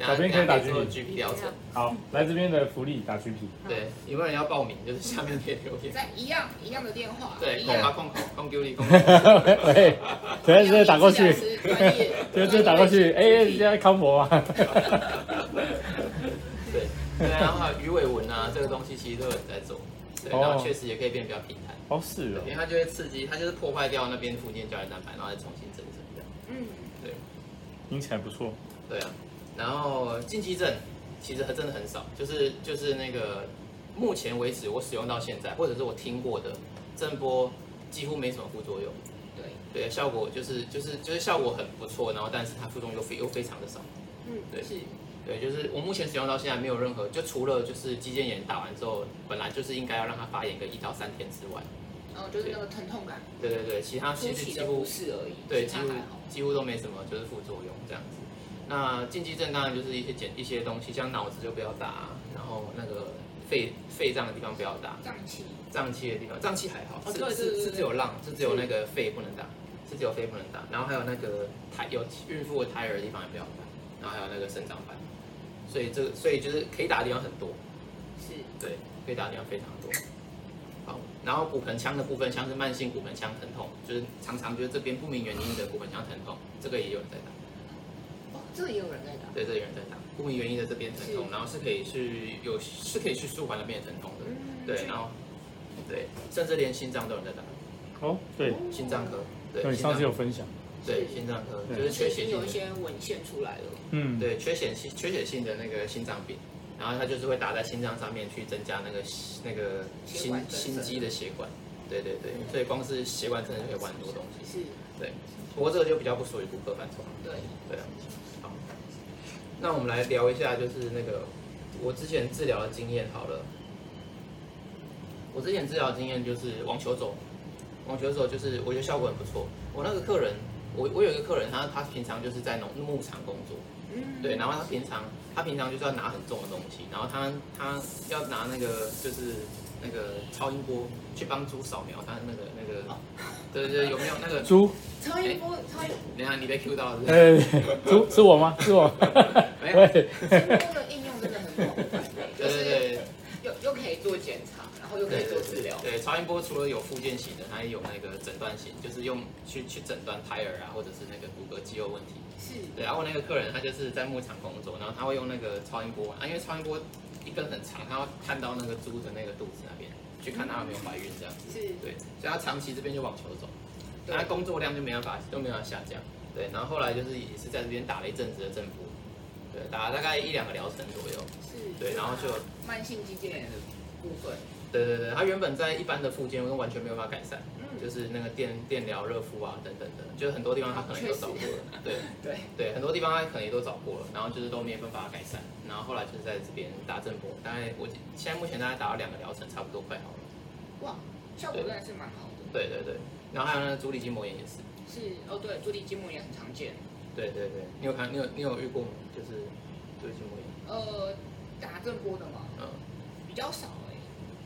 [SPEAKER 3] 小编可以打橘皮
[SPEAKER 2] 做橘皮疗程。
[SPEAKER 3] 好，来这边的福利打橘皮，
[SPEAKER 2] 对，有没有人要报名？就是下面可以留言。
[SPEAKER 1] 在一样一样的电话，
[SPEAKER 2] 对，
[SPEAKER 1] 一
[SPEAKER 2] 控
[SPEAKER 3] 啊
[SPEAKER 2] 吧
[SPEAKER 1] 样。
[SPEAKER 2] 控口控丢你 控。
[SPEAKER 3] 喂， 等下直接打过去，
[SPEAKER 1] 专业
[SPEAKER 3] 哎直接打过去，哎，人家康佛啊，
[SPEAKER 2] 对，然后还有鱼尾纹啊，这个东西其实都有人在做，对，
[SPEAKER 3] 哦
[SPEAKER 2] 然后确实也可以变得比较平坦，
[SPEAKER 3] 哦，是哦
[SPEAKER 2] 因为，它就会刺激，它就是破坏掉那边附件胶原蛋白，然后再重新增生这样。
[SPEAKER 3] 哎
[SPEAKER 1] 嗯，
[SPEAKER 3] 听起来不错。
[SPEAKER 2] 对啊，然后禁忌症其实还真的很少，就是就是那个目前为止我使用到现在，或者是我听过的震波几乎没什么副作用，
[SPEAKER 1] 对，
[SPEAKER 2] 对，效果就是就是就是效果很不错，然后但是它副作用又非又非常的少，
[SPEAKER 1] 嗯，
[SPEAKER 2] 对
[SPEAKER 1] 是，
[SPEAKER 2] 对，就是我目前使用到现在没有任何，就除了就是肌腱炎打完之后，本来就是应该要让它发炎个一到三天之外，
[SPEAKER 1] 然后哦就是那个疼痛感，
[SPEAKER 2] 对对对，其他
[SPEAKER 1] 初
[SPEAKER 2] 其实
[SPEAKER 1] 期
[SPEAKER 2] 几
[SPEAKER 1] 的
[SPEAKER 2] 乎
[SPEAKER 1] 不适而已，
[SPEAKER 2] 对，
[SPEAKER 1] 其
[SPEAKER 2] 几
[SPEAKER 1] 他哦
[SPEAKER 2] 乎
[SPEAKER 1] 还好，
[SPEAKER 2] 几乎都没什么，就是副作用这样子。那禁忌症当然就是一些简一些东西，像脑子就不要打，然后那个肺肺脏的地方不要打，
[SPEAKER 1] 胀气，
[SPEAKER 2] 脏器的地方，脏器还好，
[SPEAKER 1] 哦
[SPEAKER 2] 是
[SPEAKER 1] 对对
[SPEAKER 2] 是
[SPEAKER 1] 对
[SPEAKER 2] 是只有浪，是只有
[SPEAKER 1] 是
[SPEAKER 2] 那个肺不能打，是只有肺不能打，然后还有那个胎有孕妇的胎儿的地方也不要打，然后还有那个生长板，所以这个所以就是可以打的地方很多，
[SPEAKER 1] 是，
[SPEAKER 2] 对，可以打的地方非常多。好，然后骨盆腔的部分，像是慢性骨盆腔疼痛，就是常常就是这边不明原因的骨盆腔疼痛，这个也有人在打，
[SPEAKER 1] 哦，这个也有人在打，
[SPEAKER 2] 对，这个有人在打，不明原因的这边疼痛，
[SPEAKER 1] 是
[SPEAKER 2] 然后是可以去有是可以去舒缓那边的疼痛的，
[SPEAKER 1] 嗯，
[SPEAKER 2] 对，然后对，甚至连心脏都有人在打。
[SPEAKER 3] 哦，对，
[SPEAKER 2] 心脏科，
[SPEAKER 3] 对，
[SPEAKER 2] 对，
[SPEAKER 3] 你
[SPEAKER 2] 心脏
[SPEAKER 3] 上次有分享。
[SPEAKER 2] 对心脏科
[SPEAKER 3] 对
[SPEAKER 2] 就是缺
[SPEAKER 1] 已
[SPEAKER 2] 血
[SPEAKER 1] 经
[SPEAKER 2] 性
[SPEAKER 1] 有一
[SPEAKER 2] 的，
[SPEAKER 1] 些文献出来了，
[SPEAKER 3] 嗯，
[SPEAKER 2] 对缺血性缺血性的那个心脏病，然后它就是会打在心脏上面去增加那个那个
[SPEAKER 1] 血
[SPEAKER 2] 心
[SPEAKER 1] 管增生嗯
[SPEAKER 2] 心肌的血管，对对对，所以光是血管真的可以玩很多东西，
[SPEAKER 1] 是，嗯
[SPEAKER 2] 不过这个就比较不属于骨科范畴，
[SPEAKER 1] 对，
[SPEAKER 2] 对啊。好，那我们来聊一下就是那个我之前治疗的经验好了，我之前治疗的经验就是网球肘，网球肘就是我觉得效果很不错，我那个客人。我我有一个客人，他他平常就是在农牧场工作，
[SPEAKER 1] 嗯，
[SPEAKER 2] 对，然后他平常他平常就是要拿很重的东西，然后他他要拿那个就是那个超音波去帮猪扫描他那个那个，
[SPEAKER 1] 哦
[SPEAKER 2] 对对对，有没有那个？
[SPEAKER 3] 猪，
[SPEAKER 1] 嗯超音波，超音
[SPEAKER 2] 等一下你被 Q 到了是不是？
[SPEAKER 3] 哎，猪是我吗？是我。
[SPEAKER 1] 哎
[SPEAKER 2] 没有
[SPEAKER 3] 对，
[SPEAKER 1] 波的应用真的很广泛，就
[SPEAKER 2] 对对
[SPEAKER 1] 是
[SPEAKER 2] 对
[SPEAKER 1] 又又可以做检查，然后又可以做治疗，
[SPEAKER 2] 对，超音波除了有附件型的，它也有那个诊断型，就是用去去诊断胎儿啊，或者是那个骨骼肌肉问题。
[SPEAKER 1] 是，
[SPEAKER 2] 对，然后那个客人他就是在牧场工作，然后他会用那个超音波啊，因为超音波一根很长，他要看到那个猪的那个肚子那边，去看它有没有怀孕这样。
[SPEAKER 1] 是，
[SPEAKER 2] 对，所以他长期这边就往球走，
[SPEAKER 1] 对
[SPEAKER 2] 那他工作量就没办法都没有下降。对，然后后来就是也是在这边打了一阵子的正步，对，打了大概一两个疗程左右。
[SPEAKER 1] 是，
[SPEAKER 2] 对，然后就
[SPEAKER 1] 慢性肌腱炎的部分，
[SPEAKER 2] 对对对，他原本在一般的附件都完全没有办法改善，
[SPEAKER 1] 嗯，
[SPEAKER 2] 就是那个电电疗、热敷啊等等的，就是很多地方他可能也都找过了，对
[SPEAKER 1] 对，
[SPEAKER 2] 对，很多地方他可能也都找过了，然后就是都没有办法改善，然后后来就是在这边打正波，大概我记现在目前大概打了两个疗程，差不多快好了。
[SPEAKER 1] 哇，效果真的是蛮好的，
[SPEAKER 2] 对对对，然后还有那个足底筋膜炎也是，
[SPEAKER 1] 是，哦对，足底筋膜也很常见，
[SPEAKER 2] 对对对，你有看你有你有遇过吗？就是足底筋膜炎，
[SPEAKER 1] 呃，打正波的嘛
[SPEAKER 2] 嗯
[SPEAKER 1] 比较少哎，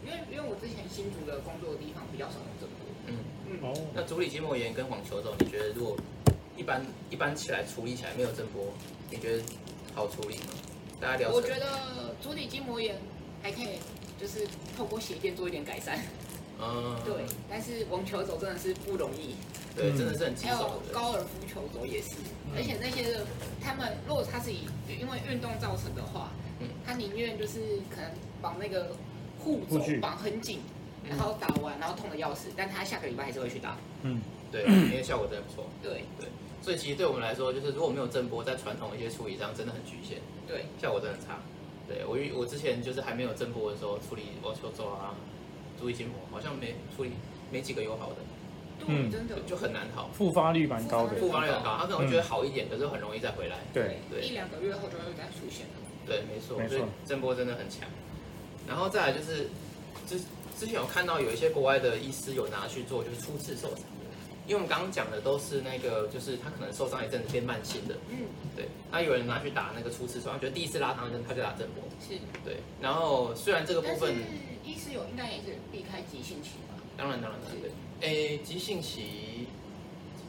[SPEAKER 1] 因为因为我之前新竹的工作的地方比较少用正波，
[SPEAKER 2] 嗯，
[SPEAKER 1] 嗯，
[SPEAKER 3] 哦，
[SPEAKER 2] 那足底筋膜炎跟网球肘，你觉得如果一般一般起来处理起来没有正波，你觉得好处理吗？大概疗程
[SPEAKER 1] 我觉得足底筋膜炎还可以，就是透过鞋垫做一点改善，
[SPEAKER 2] 嗯，
[SPEAKER 1] 对，但是网球肘真的是不容易，
[SPEAKER 2] 对，
[SPEAKER 3] 嗯
[SPEAKER 2] 真的是很棘
[SPEAKER 1] 还有
[SPEAKER 2] 手的。嗯
[SPEAKER 1] 高尔夫球肘也是，而且那些的他们如果他是以因为运动造成的话
[SPEAKER 2] 嗯，
[SPEAKER 1] 他宁愿就是可能绑那个护
[SPEAKER 3] 护具
[SPEAKER 1] 肘绑很紧，
[SPEAKER 2] 嗯
[SPEAKER 1] 然后打完然后痛的要死，但他下个礼拜还是会去打，
[SPEAKER 3] 嗯，
[SPEAKER 2] 对，因为效果真的不错。
[SPEAKER 1] 对
[SPEAKER 2] 所以其实对我们来说，就是如果没有震波，在传统的一些处理上真的很局限，
[SPEAKER 1] 对，
[SPEAKER 2] 效果真的很差。对我遇我之前就是还没有震波的时候，处理我球肘啊、注意筋膜，好像没处理没几个有好的，
[SPEAKER 1] 对，
[SPEAKER 3] 嗯
[SPEAKER 1] 真的
[SPEAKER 2] 就就很难好。
[SPEAKER 3] 复发率蛮高的。
[SPEAKER 2] 复嗯发率很高，他可能觉得好一点，可是很容易再回来。
[SPEAKER 3] 对，
[SPEAKER 2] 对
[SPEAKER 1] 一两个月后就会再出现了，
[SPEAKER 2] 对，没错，
[SPEAKER 3] 没错
[SPEAKER 2] 所以震波真的很强。然后再来就是，之之前有看到有一些国外的医师有拿去做，就是初次受伤的，因为我们刚刚讲的都是那个，就是他可能受伤一阵子变慢性的，
[SPEAKER 1] 嗯，
[SPEAKER 2] 对。那有人拿去打那个初次受伤，觉得第一次拉伤他就打震波，
[SPEAKER 1] 是，
[SPEAKER 2] 对。然后虽然这个部
[SPEAKER 1] 但
[SPEAKER 2] 分
[SPEAKER 1] 是，医师有应该也是避开急性期吧，
[SPEAKER 2] 当然当然当然对，诶，急性期，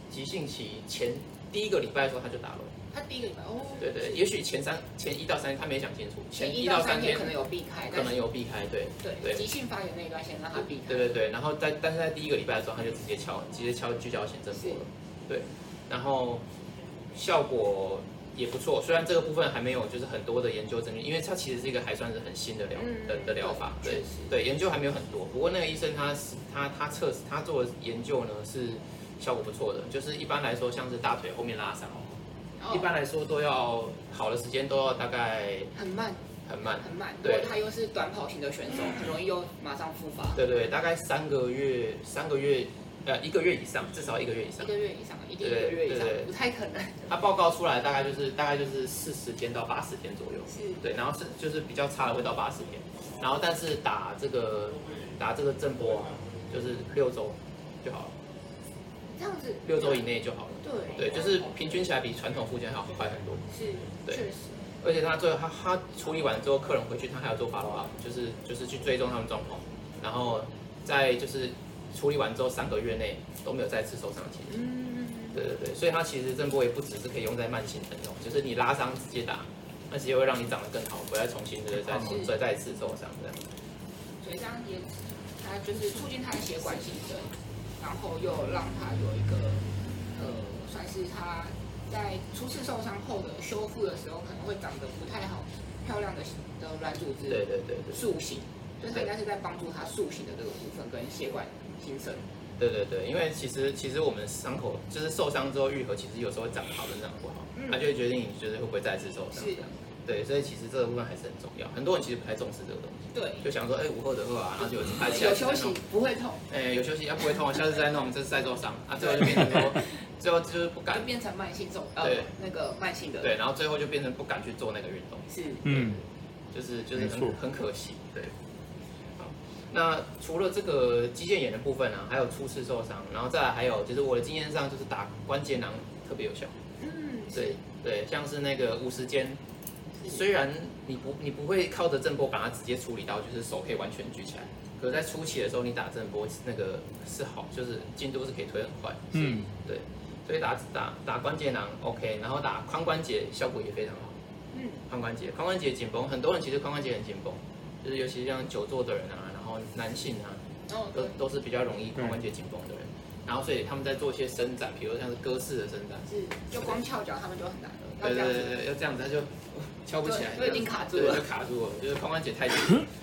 [SPEAKER 2] 急性期前第一个礼拜的时候他就打了，
[SPEAKER 1] 他第一个礼拜哦，
[SPEAKER 2] 对对。也许前三前一到三天他没想清楚，
[SPEAKER 1] 前
[SPEAKER 2] 前
[SPEAKER 1] 一
[SPEAKER 2] 一
[SPEAKER 1] 到
[SPEAKER 2] 到
[SPEAKER 1] 三
[SPEAKER 2] 三
[SPEAKER 1] 天
[SPEAKER 2] 天
[SPEAKER 1] 可能有避开，
[SPEAKER 2] 可
[SPEAKER 1] 但
[SPEAKER 2] 能
[SPEAKER 1] 是
[SPEAKER 2] 有避开，对。
[SPEAKER 1] 对
[SPEAKER 2] 对
[SPEAKER 1] 急性发炎那一段先让他避开，
[SPEAKER 2] 对对对，然后在但是在第一个礼拜的时候，他就直接敲直接敲聚焦显振波了，对，然后效果也不错。虽然这个部分还没有就是很多的研究证据，因为它其实是一个还算是很新的疗
[SPEAKER 1] 嗯
[SPEAKER 2] 的的疗法，
[SPEAKER 1] 确
[SPEAKER 2] 对
[SPEAKER 1] 实
[SPEAKER 2] 对，研究还没有很多。不过那个医生他是他他测试他做的研究呢是效果不错的，就是一般来说像是大腿后面拉伤，一般来说都要好的时间都要大概
[SPEAKER 1] 很慢
[SPEAKER 2] 很慢，
[SPEAKER 1] 很慢，
[SPEAKER 2] 对
[SPEAKER 1] 对，他又是短跑型的选手，很容易又马上复发，
[SPEAKER 2] 对对，大概三个月三个月呃一个月以上，至少一个月以上
[SPEAKER 1] 一。个月以上，一定一
[SPEAKER 2] 对
[SPEAKER 1] 个月以上
[SPEAKER 2] 嗯对对，
[SPEAKER 1] 不太可能。
[SPEAKER 2] 他报告出来大概就是大概就是四十天到八十天左右，
[SPEAKER 1] 是
[SPEAKER 2] 对，然后是就是比较差的会到八十天，然后但是打这个打这个震波啊，就是六周就好了，
[SPEAKER 1] 这样子，
[SPEAKER 2] 六周以内就好了。
[SPEAKER 1] 对
[SPEAKER 2] 对，就是平均起来比传统复健还要快很多，
[SPEAKER 1] 是
[SPEAKER 2] 对
[SPEAKER 1] 确实
[SPEAKER 2] 而且他最后他他处理完之后，客人回去他还要做 follow up，就是就是去追踪他们状况，然后在就是处理完之后三个月内都没有再次受伤的情形。
[SPEAKER 1] 嗯，
[SPEAKER 2] 对对对，所以它其实震波也不只是可以用在慢性疼痛，就是你拉伤直接打，那直接会让你长得更好，不要再重新的再
[SPEAKER 1] 是
[SPEAKER 2] 再再一次受伤这样。
[SPEAKER 1] 所以这样也，它就是促进他的血管新生，然后又让他有一个呃，算是他在初次受伤后的修复的时候，可能会长得不太好漂亮的的软组织
[SPEAKER 2] 对对对对
[SPEAKER 1] 塑形，所以它
[SPEAKER 2] 对
[SPEAKER 1] 应该是在帮助他塑形的这个部分跟血管新生。
[SPEAKER 2] 对对对，因为其实其实我们伤口就是受伤之后愈合，其实有时候会长得好跟长得不好，
[SPEAKER 1] 嗯
[SPEAKER 2] 它就会决定你就是会不会再次受伤
[SPEAKER 1] 是
[SPEAKER 2] 这样。对，所以其实这个部分还是很重要，很多人其实不太重视这个东西，
[SPEAKER 1] 对，
[SPEAKER 2] 就想说哎午后的后啊，然后就拍起
[SPEAKER 1] 嗯
[SPEAKER 2] 来
[SPEAKER 1] 有休息不会痛，
[SPEAKER 2] 哎有休息，啊不会痛，啊，下次再弄，这次再受伤
[SPEAKER 1] 嗯
[SPEAKER 2] 啊，最后就变成说最后就是不敢
[SPEAKER 1] 就，变成慢性受呃
[SPEAKER 2] 对
[SPEAKER 1] 那个慢性的
[SPEAKER 2] 对，然后最后就变成不敢去做那个运动。
[SPEAKER 1] 是
[SPEAKER 3] 嗯，
[SPEAKER 2] 就是就是
[SPEAKER 3] 没错
[SPEAKER 2] 很很可惜，对。好，那除了这个肌腱炎的部分啊，还有初次受伤，然后再来还有就是我的经验上就是打关节囊特别有效，
[SPEAKER 1] 嗯
[SPEAKER 2] 对
[SPEAKER 1] 是
[SPEAKER 2] 对，像是那个五十肩，虽然你不你不会靠着震波把它直接处理到，就是手可以完全举起来，可是在初期的时候你打震波那个是好，就是进度是可以推很快，
[SPEAKER 3] 嗯，
[SPEAKER 2] 对，所以打打打关节囊 OK，然后打髋关节效果也非常好。
[SPEAKER 1] 嗯
[SPEAKER 2] 髋关节，髋关节紧绷，很多人其实髋关节很紧绷，就是尤其是像久坐的人啊，然后男性啊，
[SPEAKER 1] 然后
[SPEAKER 2] 都都是比较容易髋关节紧绷的人。然后所以他们在做一些伸展，比如像是鸽式的伸展，
[SPEAKER 1] 是就光翘脚他们就很难了，要
[SPEAKER 2] 对
[SPEAKER 1] 这样
[SPEAKER 2] 对
[SPEAKER 1] 子
[SPEAKER 2] 对，对要这样子他就哦敲不起来，
[SPEAKER 1] 对就已经卡住了
[SPEAKER 2] 对就卡住了，就是髋关节太紧。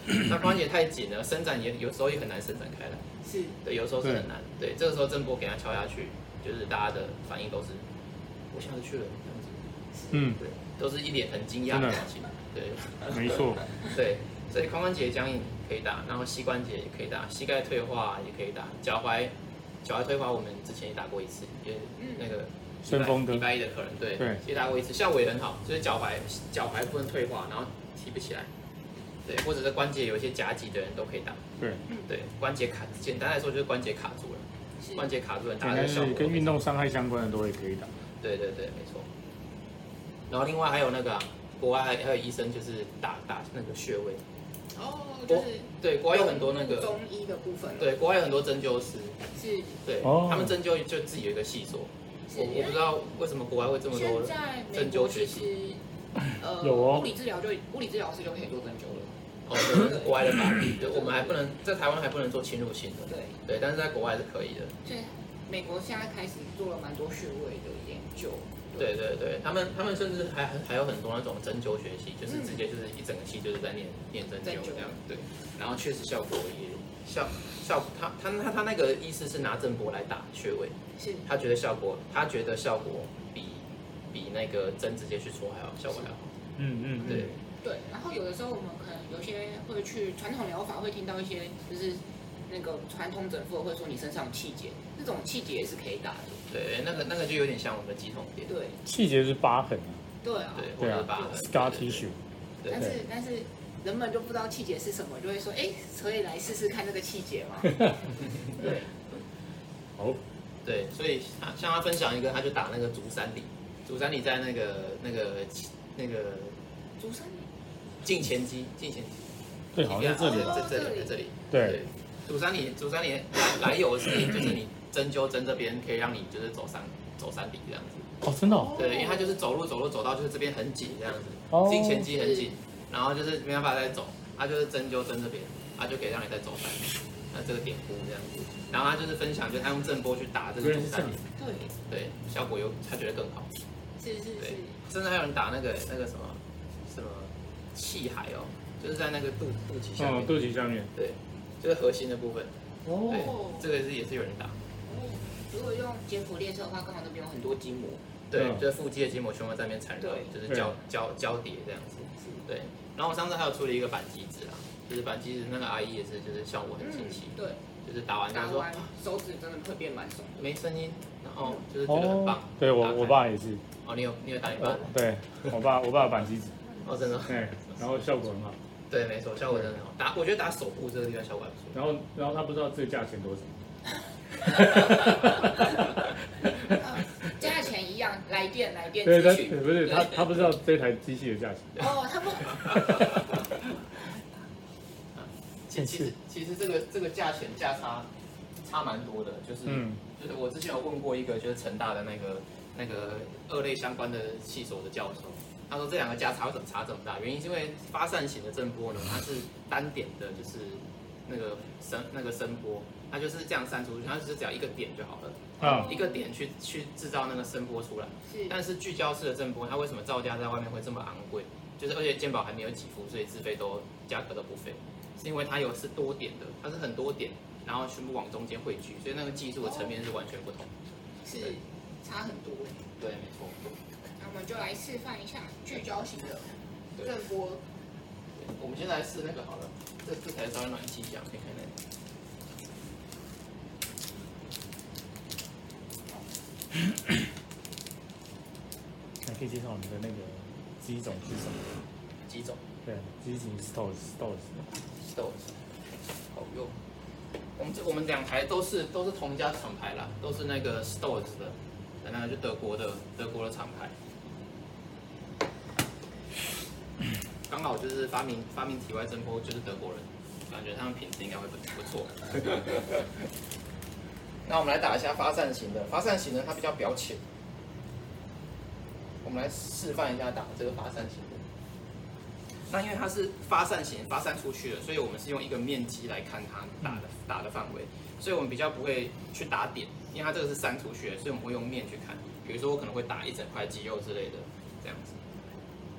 [SPEAKER 2] 那髋关节太紧了，伸展也有时候也很难伸展开来，
[SPEAKER 1] 是
[SPEAKER 2] 对，有时候是很难。
[SPEAKER 1] 嗯
[SPEAKER 2] 对，这个时候震波给他敲下去，就是大家的反应都是，我下次去了这样子，
[SPEAKER 3] 嗯，
[SPEAKER 2] 对，都是一脸很惊讶的表情，对。
[SPEAKER 3] 没错，
[SPEAKER 2] 对，所以髋关节僵硬可以打，然后膝关节也可以打，膝盖退化也可以打，脚踝脚踝退化我们之前也打过一次，也
[SPEAKER 1] 嗯
[SPEAKER 2] 那个
[SPEAKER 3] 顺风的
[SPEAKER 2] 礼拜一的客人对
[SPEAKER 3] 对
[SPEAKER 2] 也打过一次，效果也很好，就是脚踝脚踝部分退化，然后提不起来，对，或者是关节有一些夹挤的人都可以打，
[SPEAKER 3] 对，
[SPEAKER 2] 对，关节卡，简单来说就是关节卡住了，
[SPEAKER 1] 是
[SPEAKER 2] 关节卡住了打
[SPEAKER 3] 应
[SPEAKER 2] 的
[SPEAKER 3] 该
[SPEAKER 2] 效
[SPEAKER 3] 是
[SPEAKER 2] 果
[SPEAKER 3] 跟
[SPEAKER 2] 非
[SPEAKER 3] 运
[SPEAKER 2] 常好
[SPEAKER 3] 动伤害相关的都也可以打，
[SPEAKER 2] 对对对，没错。然后另外还有那个、啊、国外还还有医生就是打打那个穴位，
[SPEAKER 1] 哦，就是
[SPEAKER 2] 对，国外有很多那个。
[SPEAKER 1] 中医的部分，，
[SPEAKER 2] 对，国外有很多针灸师，
[SPEAKER 1] 是
[SPEAKER 2] 对、
[SPEAKER 3] 哦
[SPEAKER 2] 他们针灸就自己有一个细说，
[SPEAKER 1] 是
[SPEAKER 2] 我我不知道为什么国外会这么多
[SPEAKER 1] 现在美
[SPEAKER 2] 针
[SPEAKER 1] 国
[SPEAKER 2] 灸
[SPEAKER 1] 其
[SPEAKER 2] 学习，
[SPEAKER 1] 实呃
[SPEAKER 3] 有哦
[SPEAKER 1] 物理治疗就物理治疗师就可以做针灸了，
[SPEAKER 2] 哦，对，那是国外的法律，就我们还不能在台湾还不能做侵入性的，
[SPEAKER 1] 对，
[SPEAKER 2] 对，但是在国外是可以的，
[SPEAKER 1] 所以美国现在开始做了蛮多穴位的研究，
[SPEAKER 2] 对对对，他们他们甚至还还有很多那种针灸学习，就是直接就是一整个系就是在念念针
[SPEAKER 1] 嗯针灸
[SPEAKER 2] 灸这样，对，然后确实效果也效效他他他他那个意思是拿针波来打穴位，
[SPEAKER 1] 是
[SPEAKER 2] 他觉得效果他觉得效果比比那个针直接去戳还要效果还要好，
[SPEAKER 3] 嗯嗯，
[SPEAKER 2] 对。
[SPEAKER 1] 对，然后有的时候我们可能有些会去传统疗法会听到一些就是那个传统整复会说你身上有气结，这种气结也是可以打的，
[SPEAKER 2] 对，那个那个就有点像我们的鸡桶垫，
[SPEAKER 1] 对
[SPEAKER 3] 细节是疤痕
[SPEAKER 1] 对啊，
[SPEAKER 2] 对，或
[SPEAKER 3] 对
[SPEAKER 2] 者
[SPEAKER 3] 啊
[SPEAKER 2] 是疤痕
[SPEAKER 3] ，scar tissue，
[SPEAKER 2] 对
[SPEAKER 1] 但
[SPEAKER 2] 对
[SPEAKER 1] 是但是人们就不知道气节是什么，就会说，哎，可以来试试看这个气节 嘛。对，
[SPEAKER 3] 好，
[SPEAKER 2] 对，所以他像他分享一个，他就打那个足三里，足三里在那个那个那个
[SPEAKER 1] 竹山
[SPEAKER 2] 胫前肌，胫前肌，
[SPEAKER 3] 对，好像在这里，
[SPEAKER 2] 在这
[SPEAKER 1] 哦
[SPEAKER 2] 里，在这里，
[SPEAKER 3] 对，，
[SPEAKER 2] 足三里，足三里来由是就是你针灸针这边可以让你就是走三走三里这样子，
[SPEAKER 3] 哦，真的哦，
[SPEAKER 2] 对，因为他就是走路走路走到就是这边很紧这样子，
[SPEAKER 3] 哦
[SPEAKER 2] 胫前肌很紧，然后就是没办法再走，他就是针灸针这边，他就可以让你再走三里，那这个点呼这样子，然后他就是分享，就是他用震波去打这个
[SPEAKER 3] 原来
[SPEAKER 2] 足
[SPEAKER 3] 是这
[SPEAKER 2] 三
[SPEAKER 3] 样
[SPEAKER 2] 里，
[SPEAKER 1] 对，
[SPEAKER 2] 对，效果有他觉得更好，
[SPEAKER 1] 是是是
[SPEAKER 2] 对，，甚至还有人打那个那个什么什么气海哦，就是在那个肚肚脐下面，
[SPEAKER 3] 哦，肚脐下面，
[SPEAKER 2] 对，就是核心的部分，对
[SPEAKER 1] 哦，
[SPEAKER 2] 这个是也是有人打，
[SPEAKER 1] 哦如果用解剖列车的话，刚好那边有很多筋膜，
[SPEAKER 2] 对，
[SPEAKER 3] 嗯
[SPEAKER 2] 就是腹肌的筋膜全部在那边缠绕
[SPEAKER 1] 对，
[SPEAKER 2] 就是
[SPEAKER 3] 对
[SPEAKER 2] 交交交叠这样子，对。然后我上次还有出了一个板机子啊，就是板机子那个阿姨也是，就是效果很惊奇，
[SPEAKER 1] 对，
[SPEAKER 2] 就是打完
[SPEAKER 1] 嗯
[SPEAKER 2] 她
[SPEAKER 1] 打
[SPEAKER 2] 说
[SPEAKER 1] 完手指真的会变蛮松。
[SPEAKER 2] 没声音，然后就是觉得很棒。
[SPEAKER 3] 哦对
[SPEAKER 2] 打
[SPEAKER 3] 我
[SPEAKER 2] 开
[SPEAKER 3] 我爸也是，
[SPEAKER 2] 哦，你有你有打你爸
[SPEAKER 3] 呃
[SPEAKER 2] 的，
[SPEAKER 3] 对我爸我爸板机子，
[SPEAKER 2] 哦，真的吗，
[SPEAKER 3] 对，然后效果很好，
[SPEAKER 2] 对，没错，效果真的很好。打我觉得打手部这个地方效果还不错。
[SPEAKER 3] 然后然后他不知道这个价钱多少，
[SPEAKER 1] 啊价钱一样，来电来电
[SPEAKER 3] 对
[SPEAKER 1] 咨
[SPEAKER 3] 他
[SPEAKER 1] 询。
[SPEAKER 3] 不是他他不知道这台机器的价钱，
[SPEAKER 1] 哦，他不，
[SPEAKER 2] 啊其其实其实这个这个价钱价差差蛮多的，就是、
[SPEAKER 3] 嗯
[SPEAKER 2] 就是我之前有问过一个就是成大的那个那个二类相关的系所的教授，他说这两个价差为什么差这么大？原因是因为发散型的震波呢，它是单点的，就是那个声那个声波，它就是这样散出去，它就是只要一个点就好了，
[SPEAKER 3] 啊
[SPEAKER 2] 一个点去去制造那个声波出来。
[SPEAKER 1] 是
[SPEAKER 2] 但是聚焦式的震波，它为什么造价在外面会这么昂贵？就是而且健保还没有给付，所以自费都价格都不菲，是因为它有是多点的，它是很多点，然后全部往中间汇聚，所以那个技术的层面是完全不同。
[SPEAKER 1] 是差很多。
[SPEAKER 2] 对，没错。
[SPEAKER 1] 那我们就来示范一下聚焦型的
[SPEAKER 2] 对
[SPEAKER 1] 震波。
[SPEAKER 2] 对我们先来试那个好了，这这台稍微暖气一下，可以看那个。
[SPEAKER 3] 那可以介绍我们的那个机种是什么？
[SPEAKER 2] 几种
[SPEAKER 3] 对，机型是 Stores Stores，
[SPEAKER 2] 豆子，好用。我们这我们两台都是都是同一家厂牌啦，都是那个 Stolz 的，然后就德国的德国的厂牌。刚好就是发明发明体外震波就是德国人，感觉他们品质应该会不不错。 那我们来打一下发散型的，发散型的它比较表浅。我们来示范一下打这个发散型的。那因为它是发散型发散出去的，所以我们是用一个面积来看它打的打的范围，所以我们比较不会去打点，因为它这个是散出去的，所以我们会用面去看。比如说我可能会打一整块肌肉之类的，这样子。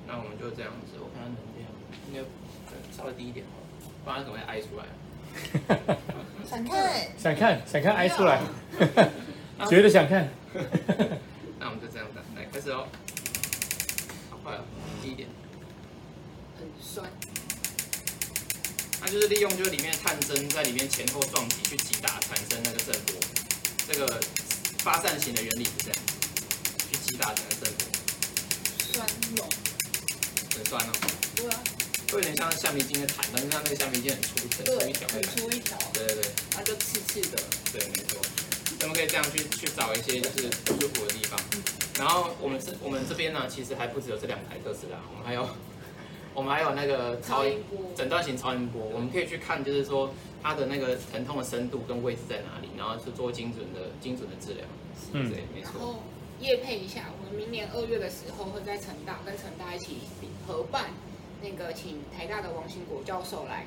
[SPEAKER 2] 那我们就这样子，我看它能不能应该对稍微低一点好了，不然它可能会挨出来。
[SPEAKER 1] 闪看，
[SPEAKER 3] 想看想看挨出 来，觉得想看，啊
[SPEAKER 2] 那我们就这样打，来开始哦。好快哦，低一点。
[SPEAKER 1] 很酸。
[SPEAKER 2] 它就是利用就是里面探针在里面前后撞击去击打产生那个震波，这个发散型的原理是这样，去击打整个震波，
[SPEAKER 1] 酸猛，
[SPEAKER 2] 很酸哦，
[SPEAKER 1] 对啊，
[SPEAKER 2] 会有点像橡皮筋的弹，但是它那个橡皮筋很粗，很粗一
[SPEAKER 1] 对，
[SPEAKER 2] 条
[SPEAKER 1] 很
[SPEAKER 2] 的感觉。
[SPEAKER 1] 粗一条，
[SPEAKER 2] 对对对
[SPEAKER 1] 它就刺刺的，
[SPEAKER 2] 对，没错。我们可以这样去去找一些就是不舒服的地方。然后我们这我们这边呢，其实还不只有这两台特斯拉，我们还有我们还有那个
[SPEAKER 1] 超
[SPEAKER 2] 超音
[SPEAKER 1] 音波。
[SPEAKER 2] 诊断型超音波，我们可以去看，就是说它的那个疼痛的深度跟位置在哪里，然后去做精准的精准的治疗。
[SPEAKER 3] 嗯，
[SPEAKER 2] 对，没
[SPEAKER 1] 然
[SPEAKER 2] 错。
[SPEAKER 1] 后夜配一下，我们明年二月的时候会在成大跟成大一起合办那个，请台大的王兴国教授来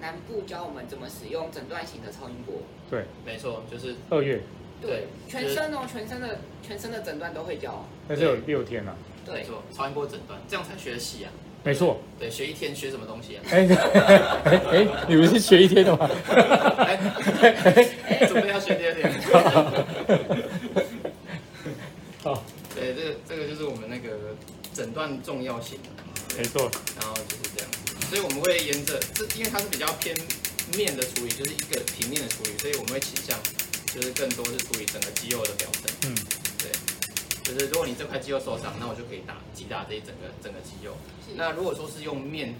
[SPEAKER 1] 南部教我们怎么使用诊断型的超音波。
[SPEAKER 3] 对，
[SPEAKER 2] 没错，就是
[SPEAKER 3] 二月，
[SPEAKER 2] 对
[SPEAKER 1] 全身哦，全身的全身的诊断都会教。
[SPEAKER 3] 但是有六天啊，
[SPEAKER 2] 没
[SPEAKER 1] 对，
[SPEAKER 2] 错，超音波诊断，这样才学得细啊。
[SPEAKER 3] 没错，
[SPEAKER 2] 对，学一天学什么东西 啊？
[SPEAKER 3] 哎哎哎，你们是学一天的吗？
[SPEAKER 2] 哎，准备要学第二天。
[SPEAKER 3] 好，
[SPEAKER 2] 对，这个这个就是我们那个诊断重要性，啊
[SPEAKER 3] 没错，
[SPEAKER 2] 然后就是这样子。所以我们会沿着这，因为它是比较偏面的处理，就是一个平面的处理，所以我们会倾向就是更多是处理整个肌肉的表层。
[SPEAKER 3] 嗯，
[SPEAKER 2] 就是如果你这块肌肉受伤，那我就可以打击打这一整个整个肌肉。
[SPEAKER 1] 是
[SPEAKER 2] 那如果说是用面，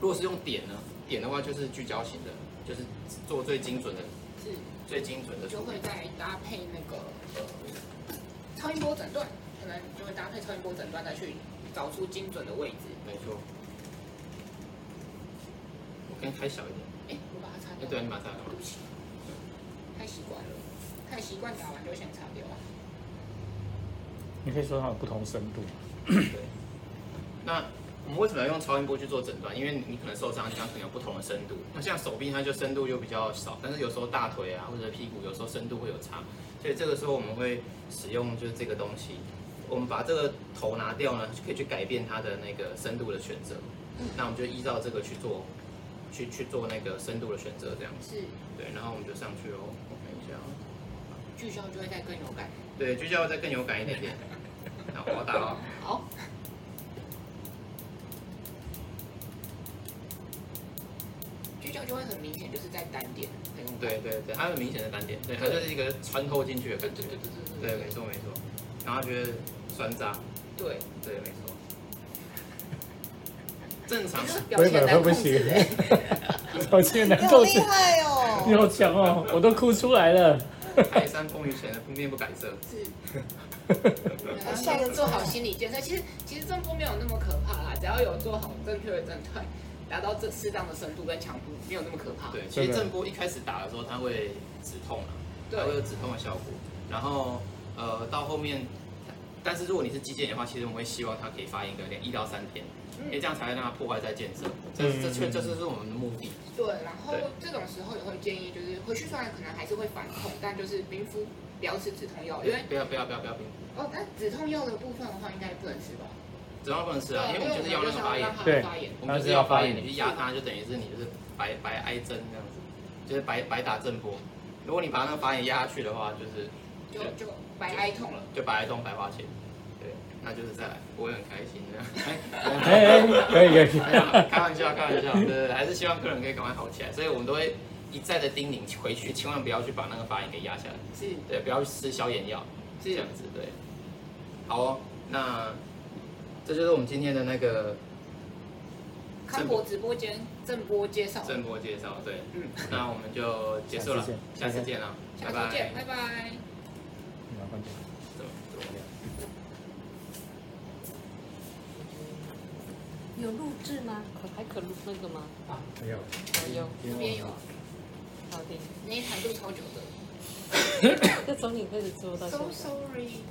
[SPEAKER 2] 如果是用点呢？点的话就是聚焦型的，就是做最精准的、
[SPEAKER 1] 是
[SPEAKER 2] 最精准的处
[SPEAKER 1] 就会
[SPEAKER 2] 理。
[SPEAKER 1] 再搭配那个超音波诊断，可能就会搭配超音波诊断再去找出精准的位置。
[SPEAKER 2] 没错。我跟你开小一点。
[SPEAKER 1] 哎，我把它擦
[SPEAKER 2] 哎、
[SPEAKER 1] 掉。
[SPEAKER 2] 对啊，你马上干
[SPEAKER 1] 对
[SPEAKER 2] 嘛？
[SPEAKER 1] 不起，太习惯了，太习惯打完就想擦掉啊。
[SPEAKER 3] 你可以说它有不同深度，
[SPEAKER 2] 对。 那我们为什么要用超音波去做诊断？因为你你可能受伤的地方可能有不同的深度。那像手臂它就深度就比较少，但是有时候大腿啊或者屁股有时候深度会有差，所以这个时候我们会使用就是这个东西，我们把这个头拿掉呢，就可以去改变它的那个深度的选择。那我们就依照这个去做，去去做那个深度的选择，这样子。
[SPEAKER 1] 是
[SPEAKER 2] 对，然后我们就上去哦。我看一下哦，
[SPEAKER 1] 聚焦就会再更有感。
[SPEAKER 2] 对，聚焦再更有感一点点。那我要打哦了。
[SPEAKER 1] 好，聚焦就会很明显，就是在单点很有感。
[SPEAKER 2] 对对对，它有明显的单点，对，它就是一个穿透进去的感觉。
[SPEAKER 1] 对对
[SPEAKER 2] 对，没错没错。然后觉得酸渣，
[SPEAKER 1] 对，
[SPEAKER 2] 对，没错。正常
[SPEAKER 1] 就是
[SPEAKER 2] 是
[SPEAKER 1] 表现难控制欸，
[SPEAKER 3] 表现 难
[SPEAKER 1] 你好
[SPEAKER 3] 控
[SPEAKER 1] 厉
[SPEAKER 3] 制，
[SPEAKER 1] 害
[SPEAKER 3] 你
[SPEAKER 1] 哦！
[SPEAKER 3] 好强哦，我都哭出来了。
[SPEAKER 2] 泰山风雨前的面不改色。
[SPEAKER 1] 是然后要做好心理建设。其实其实正负没有那么可怕啦，只要有做好正确的诊断，达到这适当的深度跟强度，没有那么可怕。
[SPEAKER 2] 对，其实震波一开始打的时候，它会止痛啊，它会有止痛的效果。然后呃，到后面，但是如果你是肌腱炎的话，其实我们会希望它可以发炎个两一到三天，因为这样才会让它破坏再建设。这这确这就是我们的目的。
[SPEAKER 1] 对，然后
[SPEAKER 2] 对
[SPEAKER 1] 这种时候也会建议，就是回去虽然可能还是会反痛，但就是冰敷，不要吃止痛药，因为
[SPEAKER 2] 不要不要不要不要冰，
[SPEAKER 1] 哦，但止痛药的部分的话，应该不能吃吧？
[SPEAKER 2] 只要不能吃啊，因为我们就是要
[SPEAKER 1] 因
[SPEAKER 2] 让
[SPEAKER 1] 为
[SPEAKER 2] 它
[SPEAKER 1] 我们就想要让。它
[SPEAKER 2] 发炎
[SPEAKER 3] 对
[SPEAKER 1] 发炎。
[SPEAKER 2] 我们就是要发炎，你去压它，就等于是你就是白白挨针这样子，就是白白打震波。如果你把那个发炎压下去的话，就是
[SPEAKER 1] 就就白挨痛了。
[SPEAKER 2] 就白挨痛白花钱，对，那就是再来，我会很开心 的。
[SPEAKER 3] 哎哎，可以可以可
[SPEAKER 2] 没有啦
[SPEAKER 3] 以，
[SPEAKER 2] 开玩笑，开玩笑，对对，对还是希望客人可以赶快好起来，所以我们都会一再的叮咛回去，千万不要去把那个发炎给压下来，
[SPEAKER 1] 是
[SPEAKER 2] 对，不要去吃消炎药，是这样子，对。好哦，那这就是我们今天的那个
[SPEAKER 1] 康博直播间正播介绍，
[SPEAKER 2] 正播介绍，对，
[SPEAKER 1] 嗯，
[SPEAKER 2] 那我们就结束了，
[SPEAKER 3] 下
[SPEAKER 2] 下
[SPEAKER 3] 次见
[SPEAKER 2] 次见了，
[SPEAKER 1] 下
[SPEAKER 2] 拜
[SPEAKER 1] 次见，
[SPEAKER 2] 拜。
[SPEAKER 1] 拜拜。
[SPEAKER 3] 麻烦点
[SPEAKER 2] 怎么怎么样
[SPEAKER 5] 有录制吗？可还可录那个吗？
[SPEAKER 4] 啊，没有，
[SPEAKER 5] 有有，
[SPEAKER 1] 这边有啊，
[SPEAKER 5] 好的，
[SPEAKER 1] 那一台录超久的
[SPEAKER 5] 就从你开始做到现
[SPEAKER 1] ，so
[SPEAKER 5] 在。
[SPEAKER 1] sorry。